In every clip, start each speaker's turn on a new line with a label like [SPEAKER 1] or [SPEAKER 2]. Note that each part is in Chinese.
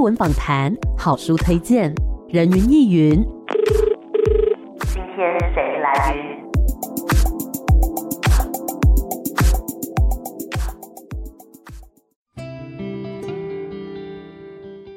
[SPEAKER 1] 文访谈、好书推荐、人云亦云。
[SPEAKER 2] 今天谁来云？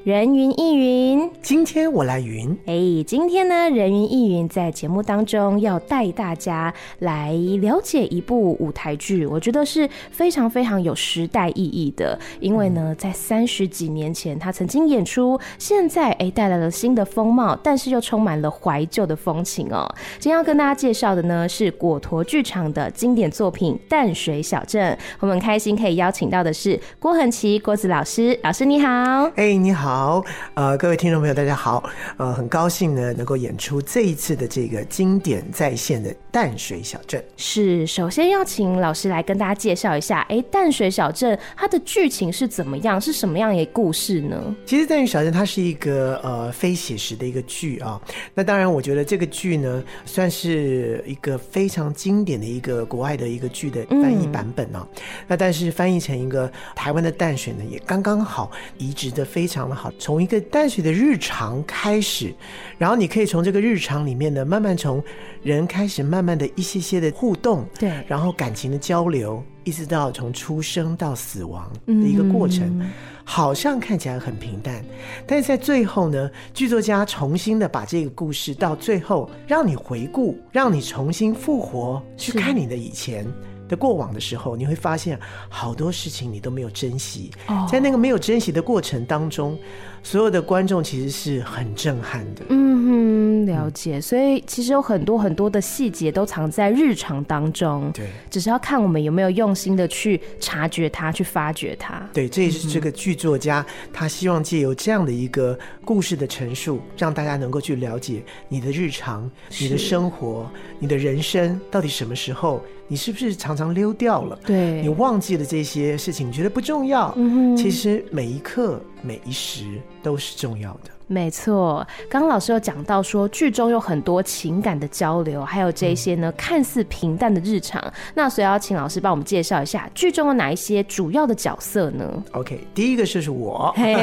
[SPEAKER 3] 人云亦云。
[SPEAKER 4] 今天我来云，
[SPEAKER 3] 哎，今天呢，人云亦云在节目当中要带大家来了解一部舞台剧，我觉得是非常非常有时代意义的，因为呢，在三十几年前他曾经演出，现在哎带来了新的风貌，但是又充满了怀旧的风情哦。今天要跟大家介绍的呢是果陀剧场的经典作品《淡水小镇》，我们很开心可以邀请到的是郭恒琪郭子老师，老师你好。
[SPEAKER 4] 哎、你好，呃，各位听众朋友，大家好，呃，很高兴呢能够演出这一次的这个经典再现的《淡水小镇》。
[SPEAKER 3] 是，首先要请老师来跟大家介绍一下，哎，淡水小镇它的剧情是怎么样，是什么样的故事呢？
[SPEAKER 4] 其实《淡水小镇》它是一个呃非写实的一个剧啊。那当然，我觉得这个剧呢，算是一个非常经典的一个国外的一个剧的翻译版本啊。那但是翻译成一个台湾的淡水呢，也刚刚好移植的非常的好。从一个淡水的日常开始，然后你可以从这个日常里面呢，慢慢从人开始，慢慢的一些些的互动，
[SPEAKER 3] 对
[SPEAKER 4] 然后感情的交流，一直到从出生到死亡的一个过程，好像看起来很平淡，但是在最后呢，剧作家重新的把这个故事到最后，让你回顾，让你重新复活，去
[SPEAKER 3] 是
[SPEAKER 4] 看你的以前。的过往的时候，你会发现好多事情你都没有珍惜，
[SPEAKER 3] 哦
[SPEAKER 4] 在那个没有珍惜的过程当中，所有的观众其实是很震撼的。
[SPEAKER 3] 嗯哼，了解。所以其实有很多很多的细节都藏在日常当中，
[SPEAKER 4] 对
[SPEAKER 3] 只是要看我们有没有用心的去察觉它，去发掘它。
[SPEAKER 4] 对，这也是
[SPEAKER 3] 嗯
[SPEAKER 4] 这个剧作家他希望借由这样的一个故事的陈述，让大家能够去了解你的日常、你的生活、你的人生到底什么时候，你是不是常常溜掉了？
[SPEAKER 3] 对
[SPEAKER 4] 你忘记了这些事情，你觉得不重要。
[SPEAKER 3] 嗯哼
[SPEAKER 4] 其实每一刻、每一时都是重要的。
[SPEAKER 3] 没错，刚刚老师有讲到说，剧中有很多情感的交流，还有这一些呢、看似平淡的日常。那所以要请老师帮我们介绍一下剧中有哪一些主要的角色呢？
[SPEAKER 4] OK，第一个就 是我，
[SPEAKER 3] 嘿，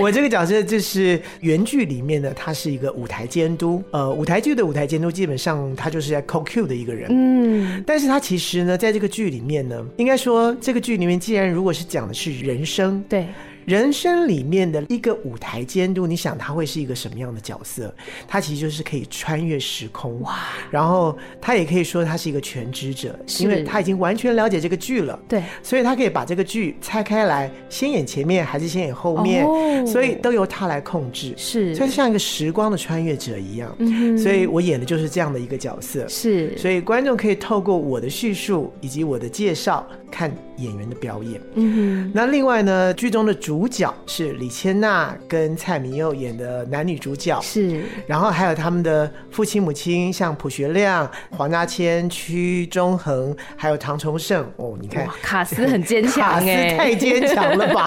[SPEAKER 4] 我这个角色就是原剧里面呢，他是一个舞台监督。呃，舞台剧的舞台监督基本上他就是在 CoQ 的一个人。
[SPEAKER 3] 嗯，
[SPEAKER 4] 但是他其实呢，在这个剧里面呢，应该说这个剧里面，既然如果是讲的是人生，
[SPEAKER 3] 对，
[SPEAKER 4] 人生里面的一个舞台监督，你想他会是一个什么样的角色？他其实就是可以穿越时空哇，然后他也可以说他是一个全知者，
[SPEAKER 3] 是
[SPEAKER 4] 因为他已经完全了解这个剧了。
[SPEAKER 3] 对，
[SPEAKER 4] 所以他可以把这个剧拆开来，先演前面还是先演后 面，
[SPEAKER 3] 哦
[SPEAKER 4] 所以都由他来控制，
[SPEAKER 3] 是
[SPEAKER 4] 所以像一个时光的穿越者一样。
[SPEAKER 3] 嗯哼
[SPEAKER 4] 所以我演的就是这样的一个角色。
[SPEAKER 3] 是，
[SPEAKER 4] 所以观众可以透过我的叙述以及我的介绍，看演员的表演。
[SPEAKER 3] 嗯
[SPEAKER 4] 那另外呢，剧中的主角是李千娜跟蔡明佑演的男女主角
[SPEAKER 3] 哼，，是，
[SPEAKER 4] 然后还有他们的父亲母亲，像朴学亮、黄家千、屈中恒，还有唐崇盛。哦，你看
[SPEAKER 3] 哇，卡斯很坚强
[SPEAKER 4] 卡斯
[SPEAKER 3] 哎，
[SPEAKER 4] 太坚强了 吧？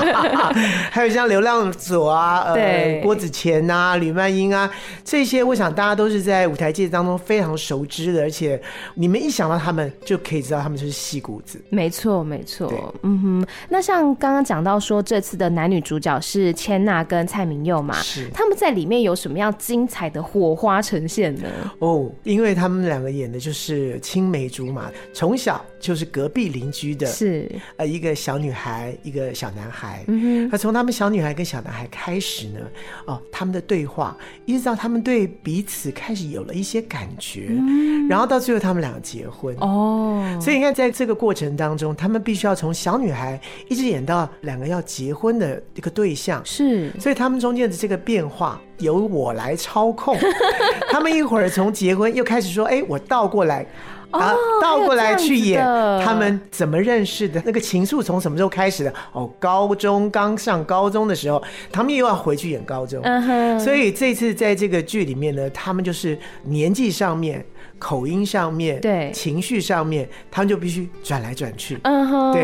[SPEAKER 4] 还有像流浪左啊，
[SPEAKER 3] 对
[SPEAKER 4] 呃，郭子乾啊，吕曼英啊，这些我想大家都是在舞台界当中非常熟知的，而且你们一想到他们就可以知道他们就是戏骨子。
[SPEAKER 3] 没错，没错
[SPEAKER 4] 对，
[SPEAKER 3] 嗯哼。那像刚刚讲到说，这次的男女主角是千娜跟蔡明佑嘛，
[SPEAKER 4] 是
[SPEAKER 3] 他们在里面有什么样精彩的火花呈现呢？
[SPEAKER 4] 哦，因为他们两个演的就是青梅竹马，从小就是隔壁邻居的，
[SPEAKER 3] 是，
[SPEAKER 4] 呃，一个小女孩，一个小男孩。
[SPEAKER 3] 嗯
[SPEAKER 4] 那从他们小女孩跟小男孩开始呢，哦，他们的对话，一直到他们对彼此开始有了一些感觉，然后到最后他们俩结婚。
[SPEAKER 3] 哼，嗯哦，
[SPEAKER 4] 所以你看，在这个过程当中，他们必须要从小女孩一直演到两个要结婚的一个对象，
[SPEAKER 3] 是，
[SPEAKER 4] 所以他们中间的这个变化由我来操控。 他们一会儿从结婚又开始说：“哎、我倒过来。”啊，倒过来去演
[SPEAKER 3] 还哦有这样子的
[SPEAKER 4] 他们怎么认识的，那个情愫从什么时候开始的？哦，高中刚上高中的时候，他们又要回去演高中。
[SPEAKER 3] 嗯哼，
[SPEAKER 4] 所以这次在这个剧里面呢，他们就是年纪上面、口音上面、
[SPEAKER 3] 对
[SPEAKER 4] 情绪上面，他们就必须转来转去。
[SPEAKER 3] 嗯哼，
[SPEAKER 4] 对，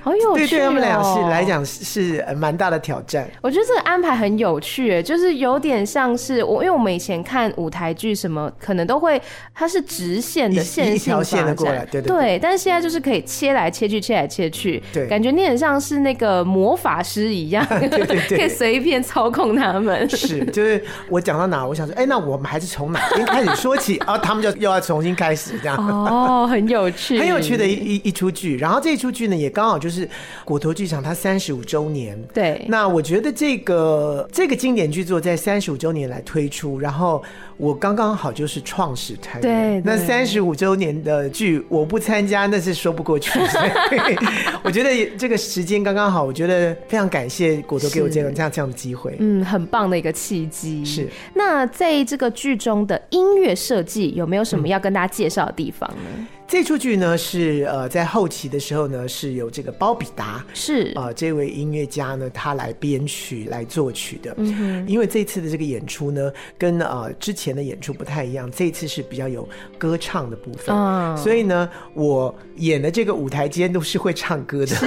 [SPEAKER 3] 好有趣、哦。
[SPEAKER 4] 对，对他们俩是来讲是是呃蛮大的挑战。
[SPEAKER 3] 我觉得这个安排很有趣耶，就是有点像是我，因为我们以前看舞台剧什么，可能都会它是直线的
[SPEAKER 4] 一
[SPEAKER 3] 线
[SPEAKER 4] 一
[SPEAKER 3] 性
[SPEAKER 4] 条
[SPEAKER 3] 发
[SPEAKER 4] 线的
[SPEAKER 3] 展，
[SPEAKER 4] 过来对对对
[SPEAKER 3] 对。但是现在就是可以切来切去，切来切去，
[SPEAKER 4] 对
[SPEAKER 3] 感觉你很像是那个魔法师一样，
[SPEAKER 4] 对对对
[SPEAKER 3] 可以随便操控他 们。
[SPEAKER 4] 是， 就是我讲到哪，我想说，哎、那我们还是从哪 边开始说起，然后他们就又要重新开始这样。
[SPEAKER 3] 哦，很有趣，
[SPEAKER 4] 很有趣的一一一出剧，然后这一出剧呢，也刚好就是果陀剧场它三十五周年。
[SPEAKER 3] 对
[SPEAKER 4] 那我觉得这个这个经典剧作在三十五周年来推出，然后我刚刚好就是创始台
[SPEAKER 3] 对
[SPEAKER 4] 员。那
[SPEAKER 3] 对
[SPEAKER 4] 三十五周年的剧我不参加，那是说 不过去。 所以我觉得这个时间刚刚好，我觉得非常感谢果陀给我这样这样这样的机会。
[SPEAKER 3] 嗯，很棒的一个契机。
[SPEAKER 4] 是，
[SPEAKER 3] 那在这个剧中的音乐设计有没有
[SPEAKER 4] 嗯
[SPEAKER 3] 什么要跟大家介绍的地方呢？
[SPEAKER 4] 这出剧呢是呃在后期的时候呢是由这个包比达。
[SPEAKER 3] 是，
[SPEAKER 4] 啊、这位音乐家呢，他来编曲来作曲的。
[SPEAKER 3] 嗯
[SPEAKER 4] 因为这次的这个演出呢，跟呃之前的演出不太一样，这次是比较有歌唱的部分。
[SPEAKER 3] 嗯
[SPEAKER 4] 所以呢，我演的这个舞台间都是会唱歌的。
[SPEAKER 3] 是，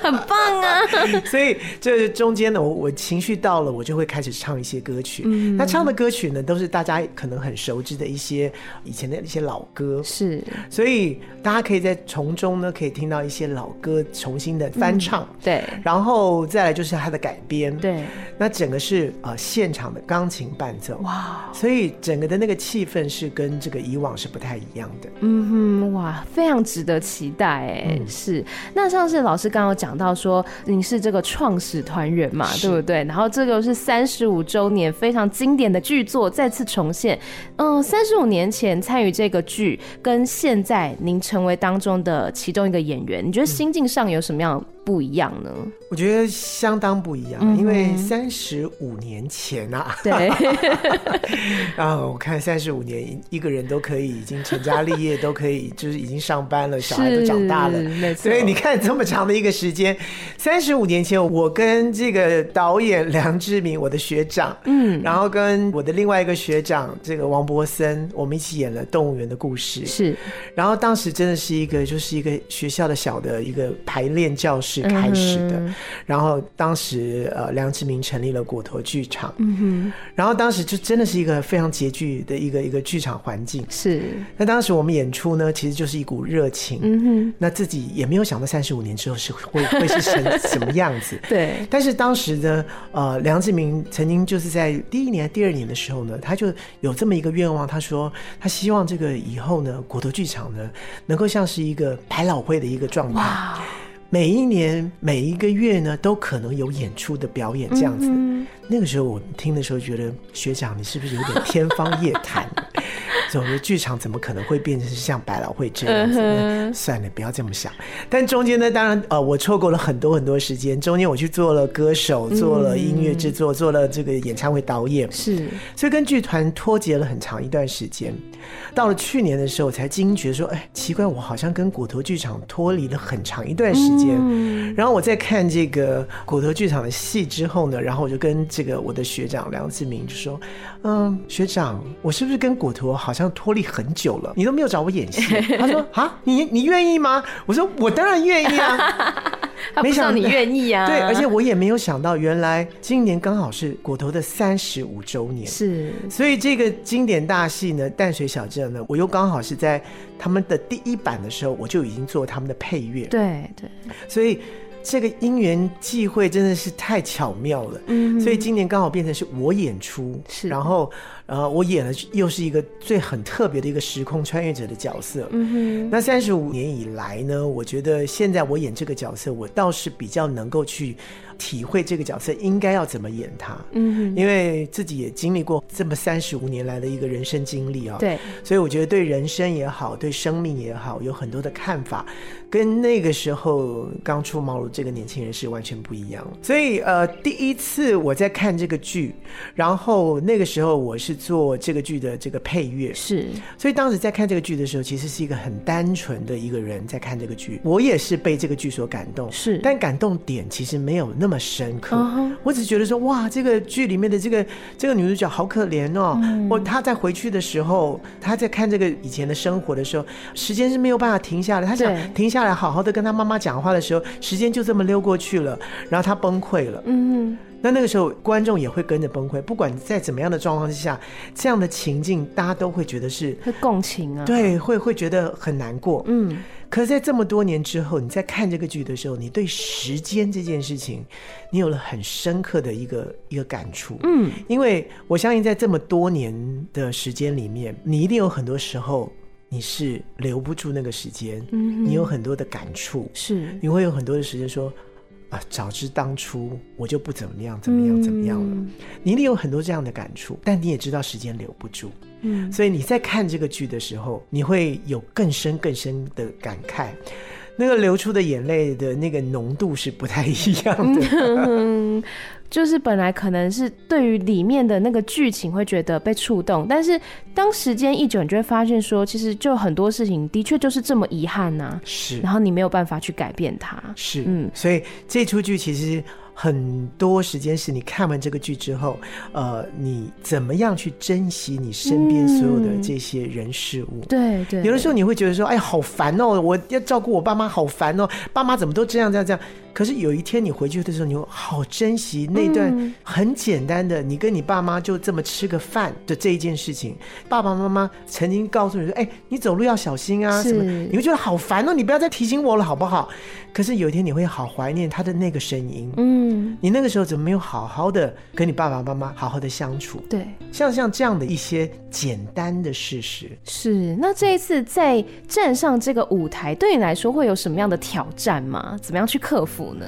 [SPEAKER 3] 很棒啊！
[SPEAKER 4] 所以这中间呢，我我情绪到了，我就会开始唱一些歌曲。
[SPEAKER 3] 嗯
[SPEAKER 4] 那唱的歌曲呢，都是大家可能很熟知的一些以前的一些老歌。
[SPEAKER 3] 是，
[SPEAKER 4] 所以大家可以在从中呢，可以听到一些老歌重新的翻唱。
[SPEAKER 3] 对，
[SPEAKER 4] 然后再来就是它的改编，
[SPEAKER 3] 嗯对，
[SPEAKER 4] 那整个是呃现场的钢琴伴奏，哇，所以整个的那个气氛是跟这个以往是不太一样的。
[SPEAKER 3] 嗯哼，哇，非常值得期待哎、
[SPEAKER 4] 嗯
[SPEAKER 3] 是，那上次老师刚刚有讲到说你是这个创始团员嘛，对不对？然后这个是三十五周年非常经典的剧作再次重现。嗯，三十五年前参与这个剧，跟现在您成为当中的其中一个演员，你
[SPEAKER 4] 嗯
[SPEAKER 3] 觉得心境上有什么样不一样呢？
[SPEAKER 4] 我觉得相当不一
[SPEAKER 3] 嗯
[SPEAKER 4] 样，啊
[SPEAKER 3] 哼
[SPEAKER 4] 因为三十五年前啊，
[SPEAKER 3] 对，
[SPEAKER 4] 啊，我看三十五年一一个人都可以已经成家立业，都可以就是已经上班了， 小孩都长大了
[SPEAKER 3] 是，没错
[SPEAKER 4] 所以你看这么长的一个时间，三十五年前，我跟这个导演梁志明，我的学长，嗯，然后跟我的另外一个学长，这个王博森，我们一起演了《动物园的故事》。
[SPEAKER 3] 是，
[SPEAKER 4] 然后当时真的是一个就是一个学校的小的一个排练教室开始的，然后当时呃梁志明成立了果陀剧场，嗯哼，然后当时就真的是一个非常拮据的一个一个剧场环境。
[SPEAKER 3] 是，
[SPEAKER 4] 那当时我们演出呢，其实就是一股热情，
[SPEAKER 3] 嗯哼，
[SPEAKER 4] 那自己也没有想到三十五年之后是会会是成什么样子。
[SPEAKER 3] 对，
[SPEAKER 4] 但是当时呢，呃，梁志明曾经就是在第一年、第二年的时候呢，他就有这么一个愿望，他说他希望这个以后呢，国德剧场呢能够像是一个百老汇的一个状态，每一年、每一个月呢都可能有演出的表演这样子。那个时候我听的时候觉得，学长你是不是有点天方夜谭？总觉得剧场怎么可能会变成是像百老汇这样子呢？算了，不要这么想。但中间呢，当然呃，我错过了很多很多时间。中间我去做了歌手，做了音乐制作，做了这个演唱会导演，
[SPEAKER 3] 是，
[SPEAKER 4] 所以跟剧团脱节了很长一段时间。到了去年的时候，我才惊觉说，哎，奇怪，我好像跟骨头剧场脱离了很长一段时间。然后我在看这个骨头剧场的戏之后呢，然后我就跟这个我的学长梁志明就说，嗯，学长，我是不是跟骨头好像脱离很久了？你都没有找我演戏。他说啊，你你愿意吗？我说我当然愿意啊。
[SPEAKER 3] 他不
[SPEAKER 4] 没
[SPEAKER 3] 知道
[SPEAKER 4] 想
[SPEAKER 3] 你
[SPEAKER 4] 到
[SPEAKER 3] 愿意啊，
[SPEAKER 4] 对，而且我也没有想到，原来今年刚好是骨头的三十五周年。
[SPEAKER 3] 是，
[SPEAKER 4] 所以这个经典大戏呢，《淡水小镇》呢，我又刚好是在他们的第一版的时候，我就已经做他们的配乐，
[SPEAKER 3] 对对，
[SPEAKER 4] 所以这个因缘际会真的是太巧妙了。
[SPEAKER 3] 嗯
[SPEAKER 4] 所以今年刚好变成是我演出，
[SPEAKER 3] 是
[SPEAKER 4] 然后呃，我演了又是一个最很特别的一个时空穿越者的角色。
[SPEAKER 3] 嗯哼，
[SPEAKER 4] 那三十五年以来呢，我觉得现在我演这个角色，我倒是比较能够去体会这个角色应该要怎么演它。
[SPEAKER 3] 嗯哼。
[SPEAKER 4] 因为自己也经历过这么三十五年来的一个人生经历啊，，
[SPEAKER 3] 对，
[SPEAKER 4] 所以我觉得对人生也好，对生命也好，有很多的看法，跟那个时候刚出茅庐这个年轻人是完全不一样。所以呃，第一次我在看这个剧，然后那个时候我是是做这个剧的这个配乐，
[SPEAKER 3] 是
[SPEAKER 4] 所以当时在看这个剧的时候，其实是一个很单纯的一个人在看这个剧。我也是被这个剧所感动，
[SPEAKER 3] 是
[SPEAKER 4] 但感动点其实没有那么深刻。
[SPEAKER 3] 嗯哼
[SPEAKER 4] 我只是觉得说，哇，这个剧里面的这个这个女主角好可怜哦。
[SPEAKER 3] 嗯
[SPEAKER 4] 我她在回去的时候，她在看这个以前的生活的时候，时间是没有办法停下来。她想
[SPEAKER 3] 对
[SPEAKER 4] 停下来好好的跟她妈妈讲话的时候，时间就这么溜过去了，然后她崩溃了。
[SPEAKER 3] 嗯
[SPEAKER 4] 那那个时候观众也会跟着崩溃，不管在怎么样的状况之下，这样的情境大家都会觉得是
[SPEAKER 3] 会共情啊，，
[SPEAKER 4] 对，会会觉得很难过。
[SPEAKER 3] 嗯
[SPEAKER 4] 可是，在这么多年之后，你在看这个剧的时候，你对时间这件事情，你有了很深刻的一个一个感触。
[SPEAKER 3] 嗯，
[SPEAKER 4] 因为我相信，在这么多年的时间里面，你一定有很多时候你是留不住那个时间，
[SPEAKER 3] 嗯
[SPEAKER 4] 你有很多的感触，
[SPEAKER 3] 是
[SPEAKER 4] 你会有很多的时间说。啊，早知当初我就不怎么样，怎么样，怎么样了。
[SPEAKER 3] 嗯
[SPEAKER 4] 你一定有很多这样的感触，但你也知道时间留不住。
[SPEAKER 3] 嗯，
[SPEAKER 4] 所以你在看这个剧的时候，你会有更深更深的感慨，那个流出的眼泪的那个浓度是不太一样的。
[SPEAKER 3] 嗯， 就是本来可能是对于里面的那个剧情会觉得被触动，但是当时间一久，你就会发现说，其实就很多事情的确就是这么遗憾呐、
[SPEAKER 4] 是
[SPEAKER 3] 然后你没有办法去改变它。
[SPEAKER 4] 是，
[SPEAKER 3] 嗯
[SPEAKER 4] 嗯，所以这出剧其实很多时间是你看完这个剧之后，呃，你怎么样去珍惜你身边
[SPEAKER 3] 嗯
[SPEAKER 4] 所有的这些人事物。
[SPEAKER 3] 对对，
[SPEAKER 4] 有的时候你会觉得说，哎，好烦哦！我要照顾我爸妈，好烦哦！爸妈怎么都这样这样这样？可是有一天你回去的时候，你会好珍惜那段
[SPEAKER 3] 嗯
[SPEAKER 4] 很简单的，你跟你爸妈就这么吃个饭的这一件事情。爸爸妈妈曾经告诉你说，哎，你走路要小心啊，
[SPEAKER 3] 是
[SPEAKER 4] 什么？你会觉得好烦哦！你不要再提醒我了，好不好？可是有一天你会好怀念他的那个声音。
[SPEAKER 3] 嗯，
[SPEAKER 4] 你那个时候怎么没有好好的跟你爸爸妈妈好好的相处？
[SPEAKER 3] 对。
[SPEAKER 4] 像像这样的一些简单的事实，
[SPEAKER 3] 是，那这一次在站上这个舞台，对你来说会有什么样的挑战吗？怎么样去克服呢？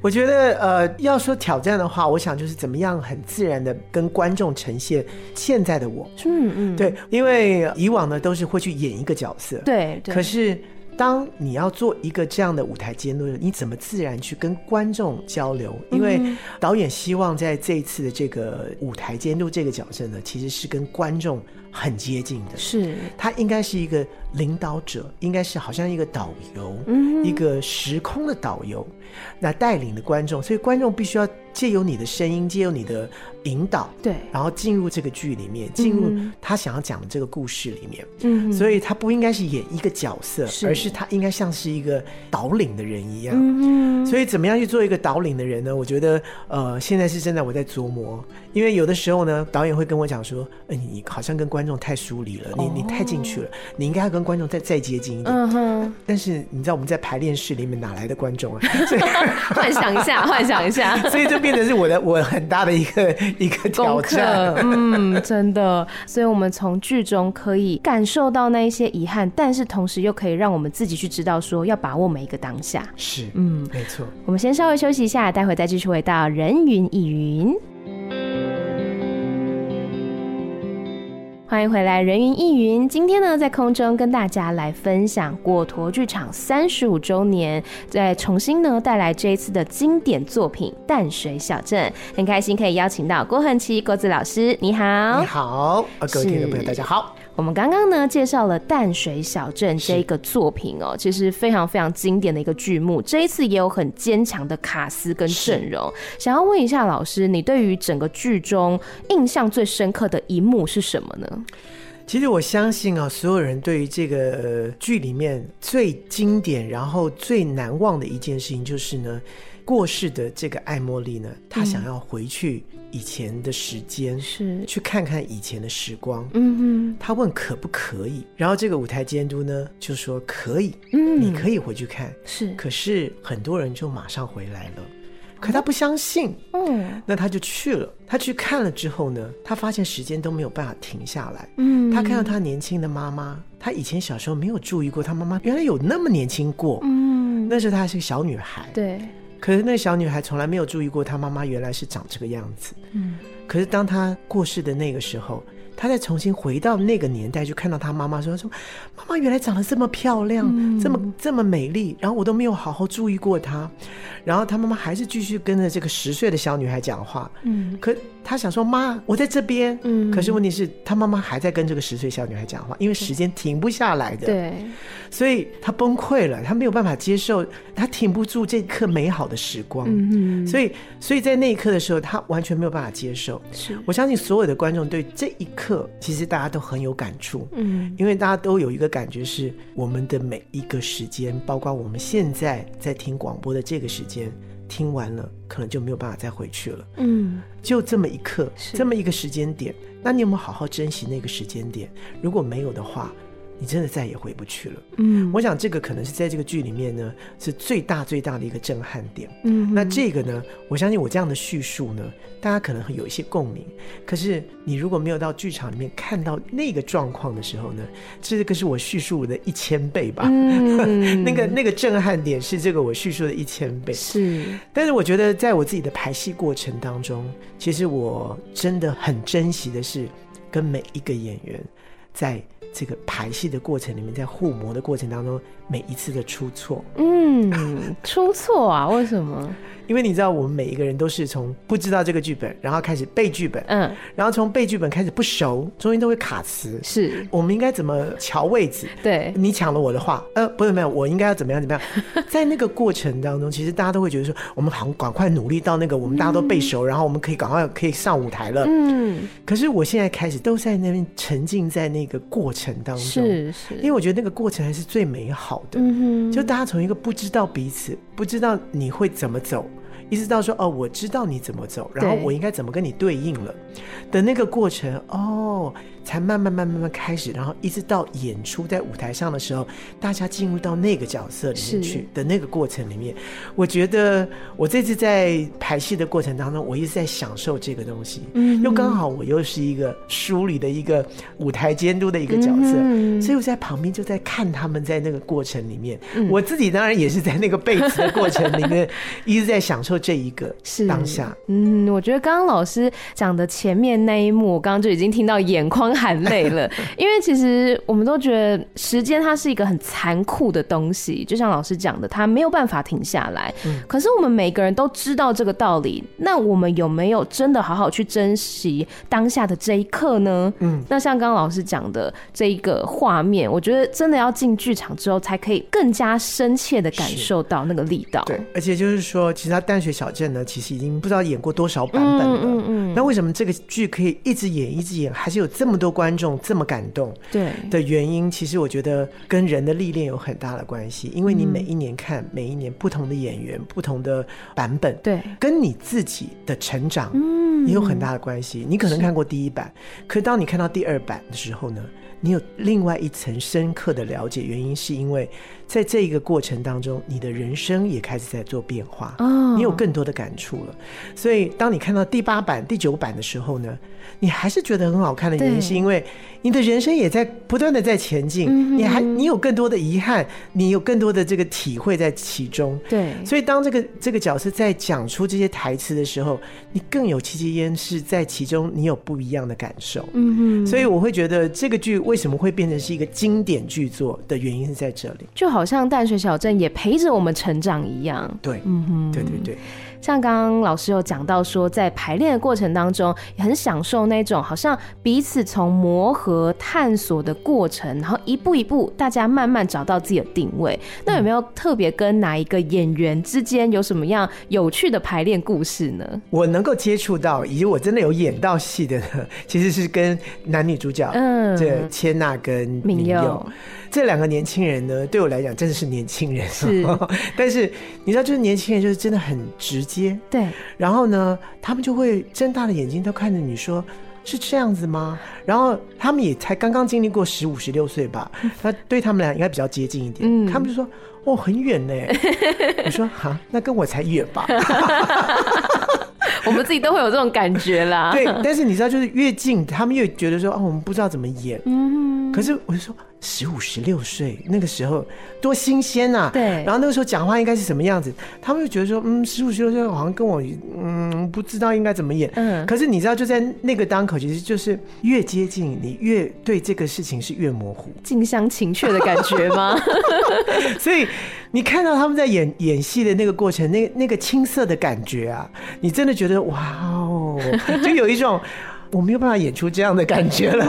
[SPEAKER 4] 我觉得，呃，要说挑战的话，我想就是怎么样很自然的跟观众呈现现在的我。
[SPEAKER 3] 嗯嗯，
[SPEAKER 4] 对，因为以往呢都是会去演一个角色，
[SPEAKER 3] 对对，
[SPEAKER 4] 可是当你要做一个这样的舞台监督，你怎么自然去跟观众交流？因为
[SPEAKER 3] 嗯
[SPEAKER 4] 导演希望在这一次的这个舞台监督这个角色呢，其实是跟观众很接近的。
[SPEAKER 3] 是
[SPEAKER 4] 他应该是一个领导者，应该是好像一个导游，
[SPEAKER 3] 嗯
[SPEAKER 4] 一个时空的导游，那带领的观众，所以观众必须要借由你的声音，借由你的引导，
[SPEAKER 3] 对，
[SPEAKER 4] 然后进入这个剧里面，进入他想要讲的这个故事里面。
[SPEAKER 3] 嗯
[SPEAKER 4] 所以他不应该是演一个角色，
[SPEAKER 3] 是
[SPEAKER 4] 而是他应该像是一个导领的人一样。
[SPEAKER 3] 嗯
[SPEAKER 4] 所以怎么样去做一个导领的人呢？我觉得，呃，现在是真的我在琢磨，因为有的时候呢，导演会跟我讲说，哎、你你好像跟观众太疏离了，你你太进去了，你应该要跟观众再再接近一点。
[SPEAKER 3] 哦嗯哼，
[SPEAKER 4] 但是你知道我们在排练室里面哪来的观众啊？ 所以
[SPEAKER 3] 幻想一下，幻想一 下。
[SPEAKER 4] 所以这变成是我的我很大的一个一个
[SPEAKER 3] 功
[SPEAKER 4] 挑
[SPEAKER 3] 课
[SPEAKER 4] 战。，
[SPEAKER 3] 嗯，真的，所以我们从剧中可以感受到那一些遗憾，但是同时又可以让我们自己去知道说要把握每一个当下。
[SPEAKER 4] 是，
[SPEAKER 3] 嗯，
[SPEAKER 4] 没错。
[SPEAKER 3] 我们先稍微休息一下，待会再继续回到人云亦云。欢迎回来，人云亦云。今天呢，在空中跟大家来分享果陀剧场三十五周年，再重新呢带来这一次的经典作品《淡水小镇》。很开心可以邀请到郭恒琪郭子老师，你好，
[SPEAKER 4] 你好，呃，各位
[SPEAKER 3] 是
[SPEAKER 4] 听众朋友，大家好。
[SPEAKER 3] 我们刚刚呢介绍了《淡水小镇》这一个作品哦，其实非常非常经典的一个剧目。这一次也有很坚强的卡斯跟阵容。想要问一下老师，你对于整个剧中印象最深刻的一幕是什么呢？
[SPEAKER 4] 其实我相信啊，所有人对于这个、呃剧里面最经典，然后最难忘的一件事情，就是呢，过世的这个艾茉莉呢，她想要回去以前的时间，
[SPEAKER 3] 是
[SPEAKER 4] 去看看以前的时光。
[SPEAKER 3] 嗯
[SPEAKER 4] 她问可不可以，然后这个舞台监督呢就说可以，
[SPEAKER 3] 嗯
[SPEAKER 4] 你可以回去看。
[SPEAKER 3] 是，
[SPEAKER 4] 可是很多人就马上回来了，可她不相信，
[SPEAKER 3] 嗯
[SPEAKER 4] 那她就去了。她去看了之后呢，她发现时间都没有办法停下来。
[SPEAKER 3] 嗯
[SPEAKER 4] 他看到他年轻的妈妈，他以前小时候没有注意过，他妈妈原来有那么年轻过。
[SPEAKER 3] 嗯，
[SPEAKER 4] 那时候她还是个小女孩，
[SPEAKER 3] 对，
[SPEAKER 4] 可是那个小女孩从来没有注意过，她妈妈原来是长这个样子。
[SPEAKER 3] 嗯
[SPEAKER 4] 可是当她过世的那个时候，她再重新回到那个年代，就看到她妈妈说说，妈
[SPEAKER 3] 嗯
[SPEAKER 4] 妈原来长得这么漂亮，这么这么美丽，然后我都没有好好注意过她。然后他妈妈还是继续跟着这个十岁的小女孩讲话。
[SPEAKER 3] 嗯
[SPEAKER 4] 可他想说妈，我在这边。
[SPEAKER 3] 嗯
[SPEAKER 4] 可是问题是，他妈妈还在跟这个十岁小女孩讲话，因为时间停不下来的。。
[SPEAKER 3] 对，
[SPEAKER 4] 所以他崩溃了，他没有办法接受，他挺不住这刻美好的时光。
[SPEAKER 3] 嗯
[SPEAKER 4] 所以，所以在那一刻的时候，他完全没有办法接受。
[SPEAKER 3] 以是
[SPEAKER 4] 我相信所有的观众对这一刻，其实大家都很有感触，
[SPEAKER 3] 嗯
[SPEAKER 4] 因为大家都有一个感觉是，我们的每一个时间，包括我们现在在听广播的这个时间，听完了可能就没有办法再回去了。
[SPEAKER 3] 嗯
[SPEAKER 4] 就这么一刻，
[SPEAKER 3] 是
[SPEAKER 4] 这么一个时间点，那你有没有好好珍惜那个时间点？如果没有的话，你真的再也回不去了。
[SPEAKER 3] 嗯
[SPEAKER 4] 我想这个可能是在这个剧里面呢，是最大最大的一个震撼点。
[SPEAKER 3] 嗯
[SPEAKER 4] 那这个呢，我相信我这样的叙述呢，大家可能会有一些共鸣。可是你如果没有到剧场里面看到那个状况的时候呢，这个是我叙述的一千倍 吧。
[SPEAKER 3] 嗯
[SPEAKER 4] 那个那个震撼点是这个我叙述的一千倍，
[SPEAKER 3] 是
[SPEAKER 4] 但是我觉得在我自己的排戏过程当中，其实我真的很珍惜的是跟每一个演员在这个排戏的过程里面，在互磨的过程当中，每一次的出错，
[SPEAKER 3] 嗯出错啊？为什么？
[SPEAKER 4] 因为你知道我们每一个人都是从不知道这个剧本，然后开始背剧本，
[SPEAKER 3] 嗯
[SPEAKER 4] 然后从背剧本开始不熟，中间都会卡词。
[SPEAKER 3] 是
[SPEAKER 4] 我们应该怎么瞧位置？
[SPEAKER 3] 对
[SPEAKER 4] 你抢了我的话，呃，不是没有，我应该要怎么样怎 么样？在那个过程当中，其实大家都会觉得说，我们好像赶快努力到那个我们大家都背熟，然后我们可以赶快可以上舞台了。
[SPEAKER 3] 嗯
[SPEAKER 4] 可是我现在开始都在那边沉浸在那个过程当中，
[SPEAKER 3] 是是
[SPEAKER 4] 因为我觉得那个过程还是最美好的。
[SPEAKER 3] 嗯哼
[SPEAKER 4] 就大家从一个不知道彼此，不知道你会怎么走，一直到说哦，我知道你怎么走，然后
[SPEAKER 3] 对
[SPEAKER 4] 我应该怎么跟你对应了的那个过程，哦，才慢慢慢慢慢慢开始，然后一直到演出在舞台上的时候，大家进入到那个角色里
[SPEAKER 3] 是
[SPEAKER 4] 面去的那个过程里面，我觉得我这次在排戏的过程当中，我一直在享受这个东西，
[SPEAKER 3] 嗯哼
[SPEAKER 4] 又刚好我又是一个梳理的一个舞台监督的一个角色，
[SPEAKER 3] 嗯哼
[SPEAKER 4] 所以我在旁边就在看他们在那个过程里面，
[SPEAKER 3] 嗯
[SPEAKER 4] 我自己当然也是在那个背词的过程里 面，一直在享受这一个
[SPEAKER 3] 是
[SPEAKER 4] 当下。。
[SPEAKER 3] 嗯，我觉得刚刚老师讲的前面那一幕，我刚刚就已经听到眼眶含泪 了，因为其实我们都觉得时间它是一个很残酷的东西，就像老师讲的，它没有办法停下来。
[SPEAKER 4] 嗯
[SPEAKER 3] 可是我们每个人都知道这个道理，那我们有没有真的好好去珍惜当下的这一刻呢？
[SPEAKER 4] 嗯，
[SPEAKER 3] 那像刚刚老师讲的这一个画面，我觉得真的要进剧场之后，才可以更加深切的感
[SPEAKER 4] 是
[SPEAKER 3] 受到那个力道。
[SPEAKER 4] 对，而且就是说，其实他《淡水小镇》呢，其实已经不知道演过多少版本了。
[SPEAKER 3] 嗯嗯嗯
[SPEAKER 4] 那为什么这个剧可以一直演、一直演，还是有这么多观众这么感动？
[SPEAKER 3] 对，
[SPEAKER 4] 的原因，其实我觉得跟人的历练有很大的关系，因为你每一年看、每一年不同的演员、不同的版本，
[SPEAKER 3] 对
[SPEAKER 4] 跟你自己的成长
[SPEAKER 3] 嗯
[SPEAKER 4] 也有很大的关系。你可能看过第一版，可当你看到第二版的时候呢，你有另外一层深刻的了解，原因是因为在这一个过程当中，你的人生也开始在做变化。
[SPEAKER 3] 哦
[SPEAKER 4] 你有更多的感触了。所以当你看到第八版、第九版的时候呢，你还是觉得很好看的原因，
[SPEAKER 3] 对
[SPEAKER 4] 是因为你的人生也在不断的在前进，
[SPEAKER 3] 嗯
[SPEAKER 4] 你还你有更多的遗憾，你有更多的这个体会在其中。
[SPEAKER 3] 对，
[SPEAKER 4] 所以，当这个这个角色在讲出这些台词的时候，你更有戚戚焉，是在其中你有不一样的感受。
[SPEAKER 3] 嗯哼，
[SPEAKER 4] 所以，我会觉得这个剧为什么会变成是一个经典剧作的原因是在这里。
[SPEAKER 3] 就好像淡水小镇也陪着我们成长一样。
[SPEAKER 4] 对，
[SPEAKER 3] 嗯哼，
[SPEAKER 4] 对对对，
[SPEAKER 3] 像刚刚老师有讲到说，在排练的过程当中，也很享受那种好像彼此从磨合、探索的过程，然后一步一步，大家慢慢找到自己的定位。那有没有特别跟哪一个演员之间有什么样有趣的排练故事呢？
[SPEAKER 4] 我能够接触到，以及我真的有演到戏的呢，其实是跟男女主角，
[SPEAKER 3] 嗯
[SPEAKER 4] 这千娜跟
[SPEAKER 3] 敏
[SPEAKER 4] 佑
[SPEAKER 3] 佑
[SPEAKER 4] 这两个年轻人呢，对我来讲真的是年轻人，
[SPEAKER 3] 是，
[SPEAKER 4] 但是你知道，就是年轻人就是真的很直接，
[SPEAKER 3] 对，
[SPEAKER 4] 然后呢，他们就会睁大了眼睛都看着你说。是这样子吗？然后他们也才刚刚经历过十五、十六岁吧，他对他们俩应该比较接近一点。
[SPEAKER 3] 嗯
[SPEAKER 4] 他们就说：“哦，很远呢。”我说：“哈，那跟我才远吧。”
[SPEAKER 3] 我们自己都会有这种感觉啦。
[SPEAKER 4] 对，但是你知道，就是越近，他们越觉得说，哦，我们不知道怎么演。
[SPEAKER 3] 嗯，
[SPEAKER 4] 可是我就说，十五、十六岁那个时候多新鲜呐、
[SPEAKER 3] 对
[SPEAKER 4] 然后那个时候讲话应该是什么样子，他们就觉得说，嗯，十五、十六岁好像跟我，嗯，不知道应该怎么演。
[SPEAKER 3] 嗯
[SPEAKER 4] 可是你知道，就在那个当口，其实就是越接近，你越对这个事情是越模糊。
[SPEAKER 3] 近乡情怯的感觉吗？
[SPEAKER 4] 所以你看到他们在演演戏的那个过程，那那个青涩的感觉啊，你真的觉得哇哦，就有一种我没有办法演出这样的感觉了。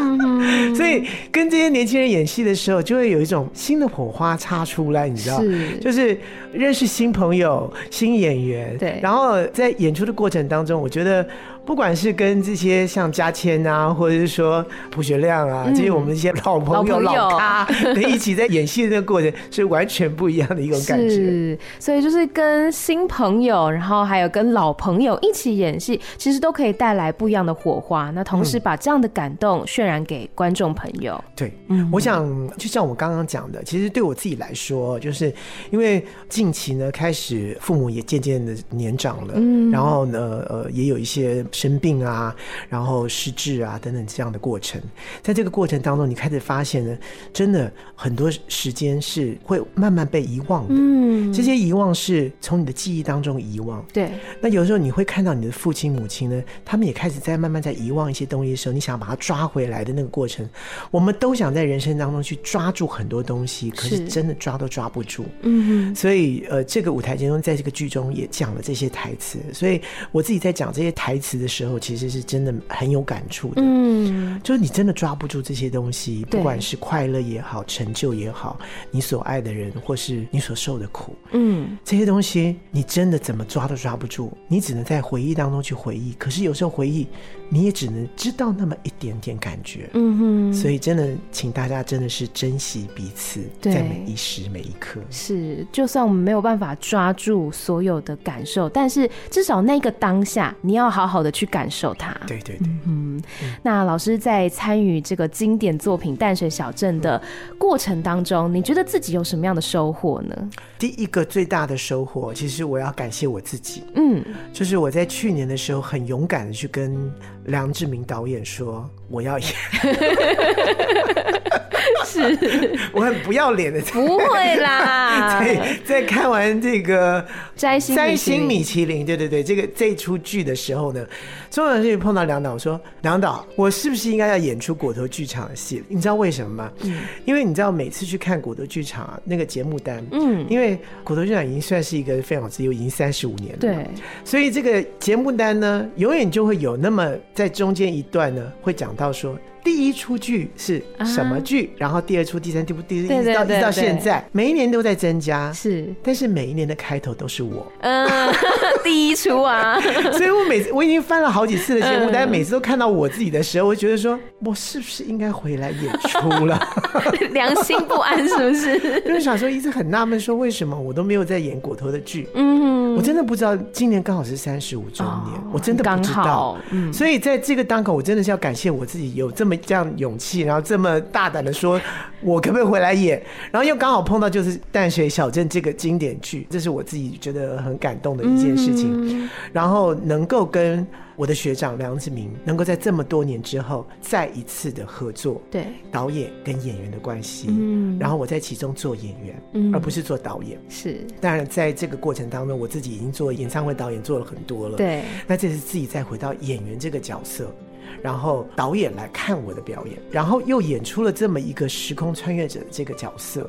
[SPEAKER 4] 所以跟这些年轻人演戏的时候，就会有一种新的火花擦出来，你知道，
[SPEAKER 3] 是
[SPEAKER 4] 就是认识新朋友、新演员。
[SPEAKER 3] 对
[SPEAKER 4] 然后在演出的过程当中，我觉得不管是跟这些像嘉谦啊，或者是说朴学亮啊，这些我们一些老朋
[SPEAKER 3] 嗯老
[SPEAKER 4] 友、
[SPEAKER 3] 朋友
[SPEAKER 4] 老咖， 可以一起在演戏的那个过程，是完全不一样的一种感觉。
[SPEAKER 3] 是，所以就是跟新朋友，然后还有跟老朋友一起演戏，其实都可以带来不一样的火花。那同时把这样的感动渲染给观众朋友。
[SPEAKER 4] 对，我想就像我刚刚讲的，其实对我自己来说，就是因为近期呢，开始父母也渐渐的年长了，然后呢，呃，也有一些生病啊，然后失智啊等等这样的过程，在这个过程当中，你开始发现呢，真的很多时间是会慢慢被遗忘的，
[SPEAKER 3] 嗯，
[SPEAKER 4] 这些遗忘是从你的记忆当中遗忘，
[SPEAKER 3] 对，
[SPEAKER 4] 那有时候你会看到你的父亲、母亲呢，他们也开始在慢慢在遗忘一些东西的时候，你想把它抓回来的那个过程，我们都想在人生当中去抓住很多东西，可是
[SPEAKER 3] 是
[SPEAKER 4] 真的抓都抓不住。
[SPEAKER 3] 嗯
[SPEAKER 4] 所以，呃，这个舞台当中，在这个剧中也讲了这些台词，所以我自己在讲这些台词的时候，其实是真的很有感触的。
[SPEAKER 3] 嗯，
[SPEAKER 4] 就是你真的抓不住这些东西，
[SPEAKER 3] 对
[SPEAKER 4] 不管是快乐也好，成就也好，你所爱的人或是你所受的苦，
[SPEAKER 3] 嗯，
[SPEAKER 4] 这些东西你真的怎么抓都抓不住，你只能在回忆当中去回忆。可是有时候回忆，你也只能知道那么一点点感觉。
[SPEAKER 3] 嗯哼，
[SPEAKER 4] 所以真的，请大家真的是珍惜彼此，
[SPEAKER 3] 对
[SPEAKER 4] 在每一时每一刻。
[SPEAKER 3] 是，就算我们没有办法抓住所有的感受，但是至少那个当下，你要好好的去感受它。
[SPEAKER 4] 对对对，
[SPEAKER 3] 嗯那老师在参与这个经典作品《淡水小镇》的过程当中，你觉得自己有什么样的收获呢？
[SPEAKER 4] 第一个最大的收获，其实我要感谢我自己，
[SPEAKER 3] 嗯，
[SPEAKER 4] 就是我在去年的时候很勇敢的去跟梁志明导演说，我要演，
[SPEAKER 3] 是
[SPEAKER 4] 我很不要脸的在
[SPEAKER 3] 不会 啦，
[SPEAKER 4] 在在看完这个
[SPEAKER 3] 摘星
[SPEAKER 4] 三
[SPEAKER 3] 米其
[SPEAKER 4] 星
[SPEAKER 3] 林
[SPEAKER 4] 米其林，对对对，这个这一出剧的时候呢，周老师碰到梁导说：“梁导，我是不是应该要演出果头剧场的戏？你知道为什么吗？
[SPEAKER 3] 嗯
[SPEAKER 4] 因为你知道每次去看果头剧场啊，那个节目单，
[SPEAKER 3] 嗯
[SPEAKER 4] 因为果头剧场已经算是一个非常自由，已经三十五年了，
[SPEAKER 3] 对，
[SPEAKER 4] 所以这个节目单呢，永远就会有那么在中间一段呢，会讲到说第一出剧是什么剧，然后第二出、第三、第五、第四，
[SPEAKER 3] 对
[SPEAKER 4] 一直到一
[SPEAKER 3] 啊对对
[SPEAKER 4] 直到
[SPEAKER 3] 对
[SPEAKER 4] 现在，每一年都在增加。
[SPEAKER 3] 是，
[SPEAKER 4] 但是每一年的开头都是我，
[SPEAKER 3] 嗯、 第一出 啊，
[SPEAKER 4] 所以我每次我已经翻了好几次的节目，
[SPEAKER 3] 嗯
[SPEAKER 4] 但是每次都看到我自己的时候，我就觉得说，我是不是应该回来演出 了？
[SPEAKER 3] 良心不安是不是？
[SPEAKER 4] 就是想说，一直很纳闷，说为什么我都没有在演果头的剧。
[SPEAKER 3] 嗯，
[SPEAKER 4] 我真的不知道，今年刚好是三十五周年，
[SPEAKER 3] 哦
[SPEAKER 4] 我真的不知
[SPEAKER 3] 刚
[SPEAKER 4] 道
[SPEAKER 3] 好。嗯
[SPEAKER 4] 所以在这个当口，我真的是要感谢我自己有这么这样勇气，然后这么大胆的说，我可不可以回来演？然后又刚好碰到就是《淡水小镇》这个经典剧，这是我自己觉得很感动的一件事
[SPEAKER 3] 嗯
[SPEAKER 4] 情。然后能够跟我的学长梁志明，能够在这么多年之后再一次的合作，
[SPEAKER 3] 对，
[SPEAKER 4] 导演跟演员的关系，
[SPEAKER 3] 嗯
[SPEAKER 4] 然后我在其中做演员，
[SPEAKER 3] 嗯
[SPEAKER 4] 而不是做导演。
[SPEAKER 3] 是，
[SPEAKER 4] 当然，在这个过程当中，我自己已经做演唱会导演做了很多了。，
[SPEAKER 3] 对，
[SPEAKER 4] 那这次自己再回到演员这个角色，然后导演来看我的表演，然后又演出了这么一个时空穿越者的这个角色，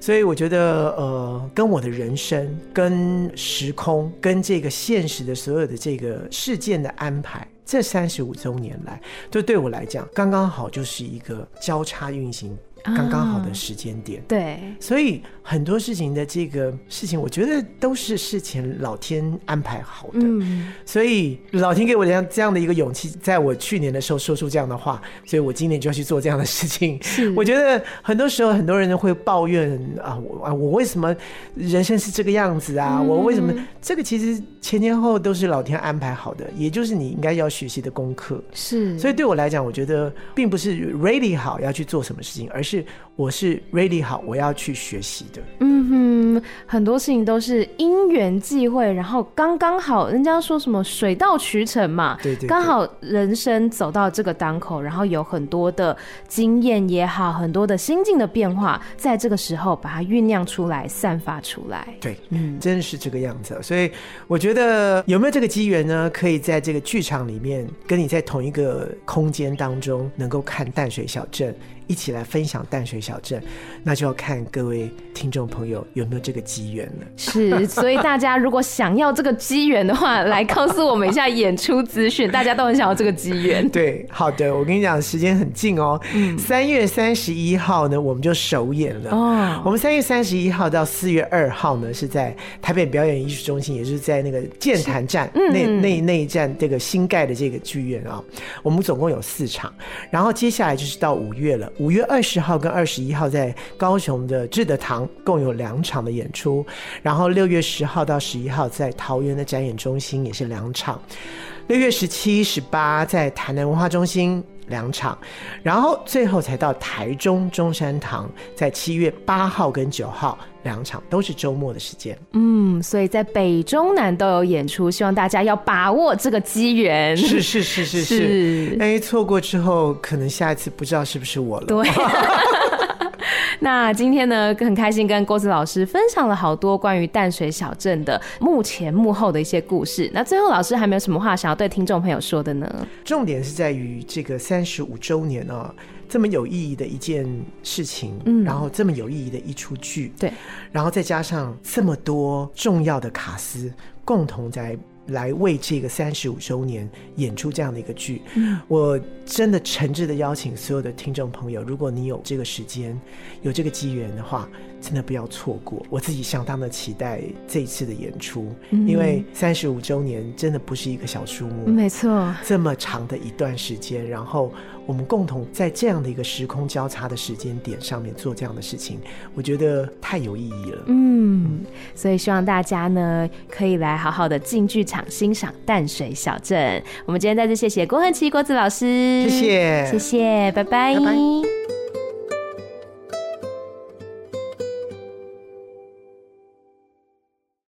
[SPEAKER 4] 所以我觉得，呃，跟我的人生、跟时空、跟这个现实的所有的这个事件的安排。这三十五周年来，就对我来讲，刚刚好就是一个交叉运行，刚刚好的时间点。
[SPEAKER 3] 对，
[SPEAKER 4] 所以很多事情的这个事情，我觉得都是事前老天安排好的。
[SPEAKER 3] 嗯，
[SPEAKER 4] 所以老天给我这样这样的一个勇气，在我去年的时候说出这样的话，所以我今年就要去做这样的事情。我觉得很多时候很多人会抱怨啊，我啊我为什么人生是这个样子啊？
[SPEAKER 3] 嗯
[SPEAKER 4] 我为什么这个其实前前后后都是老天安排好的，也就是你应该要学习的功课。
[SPEAKER 3] 是，
[SPEAKER 4] 所
[SPEAKER 3] 以
[SPEAKER 4] 以对我来讲，我觉得并不是 ready 好要去做什么事情，而是我是 ready 好我要去学习的。
[SPEAKER 3] 嗯哼，很多事情都是因缘际会，然后刚刚好，人家说什么水到渠成嘛，
[SPEAKER 4] 对对对
[SPEAKER 3] 刚好人生走到这个当口，然后有很多的经验也好，很多的心境的变化，在这个时候把它酝酿出来，散发出来。
[SPEAKER 4] 对，嗯，真的是这个样子。所以我觉得有没有这个机缘呢？可以在这个剧场里面，跟你在同一个空间当中，能够看淡水小镇，一一起来分享淡水小镇，那就要看各位听众朋友有没有这个机缘了。
[SPEAKER 3] 是，所以大家如果想要这个机缘的话，来告诉我们一下演出资讯，大家都很想要这个机缘。
[SPEAKER 4] 对，好的，我跟你讲，时间很近哦。三、月三十一号呢，我们就首演了。
[SPEAKER 3] 哦
[SPEAKER 4] 我们三月三十一号到四月二号呢，是在台北表演艺术中心，也就是在那个建潭站、那那那一站这个新盖的这个剧院啊、我们总共有四场，然后接下来就是到五月了。五月二十号跟二十一号在高雄的志德堂共有两场的演出，然后六月十号到十一号在桃园的展演中心也是两场。六月十七、十八在台南文化中心两场，然后最后才到台中中山堂，在七月八号跟九号两场，都是周末的时间。
[SPEAKER 3] 嗯，所以在北中南都有演出，希望大家要把握这个机缘。
[SPEAKER 4] 是是是是
[SPEAKER 3] 嗯是
[SPEAKER 4] 是，哎，错过之后，可能下一次不知道是不是我了。
[SPEAKER 3] 对。 那今天呢，很开心跟郭子老师分享了好多关于淡水小镇的幕前幕后的一些故事。那最后，老师还没有什么话想要对听众朋友说的呢？
[SPEAKER 4] 重点是在于这个三十五周年啊，这么有意义的一件事情，
[SPEAKER 3] 嗯
[SPEAKER 4] 然后这么有意义的一出剧，
[SPEAKER 3] 对，
[SPEAKER 4] 然后再加上这么多重要的卡司共同在。来为这个三十五周年演出这样的一个剧，
[SPEAKER 3] 嗯
[SPEAKER 4] 我真的诚挚的邀请所有的听众朋友，如果你有这个时间，有这个机缘的话，真的不要错过。我自己相当的期待这一次的演出，
[SPEAKER 3] 嗯
[SPEAKER 4] 因为三十五周年真的不是一个小数目，
[SPEAKER 3] 没错，
[SPEAKER 4] 这么长的一段时间，然后我们共同在这样的一个时空交叉的时间点上面做这样的事情，我觉得太有意义了。
[SPEAKER 3] 嗯，所以希望大家呢可以来好好的进剧场欣赏淡水小镇。我们今天再次谢谢郭恨琪、郭子老师，
[SPEAKER 4] 谢谢
[SPEAKER 3] 谢谢，拜拜
[SPEAKER 4] 拜拜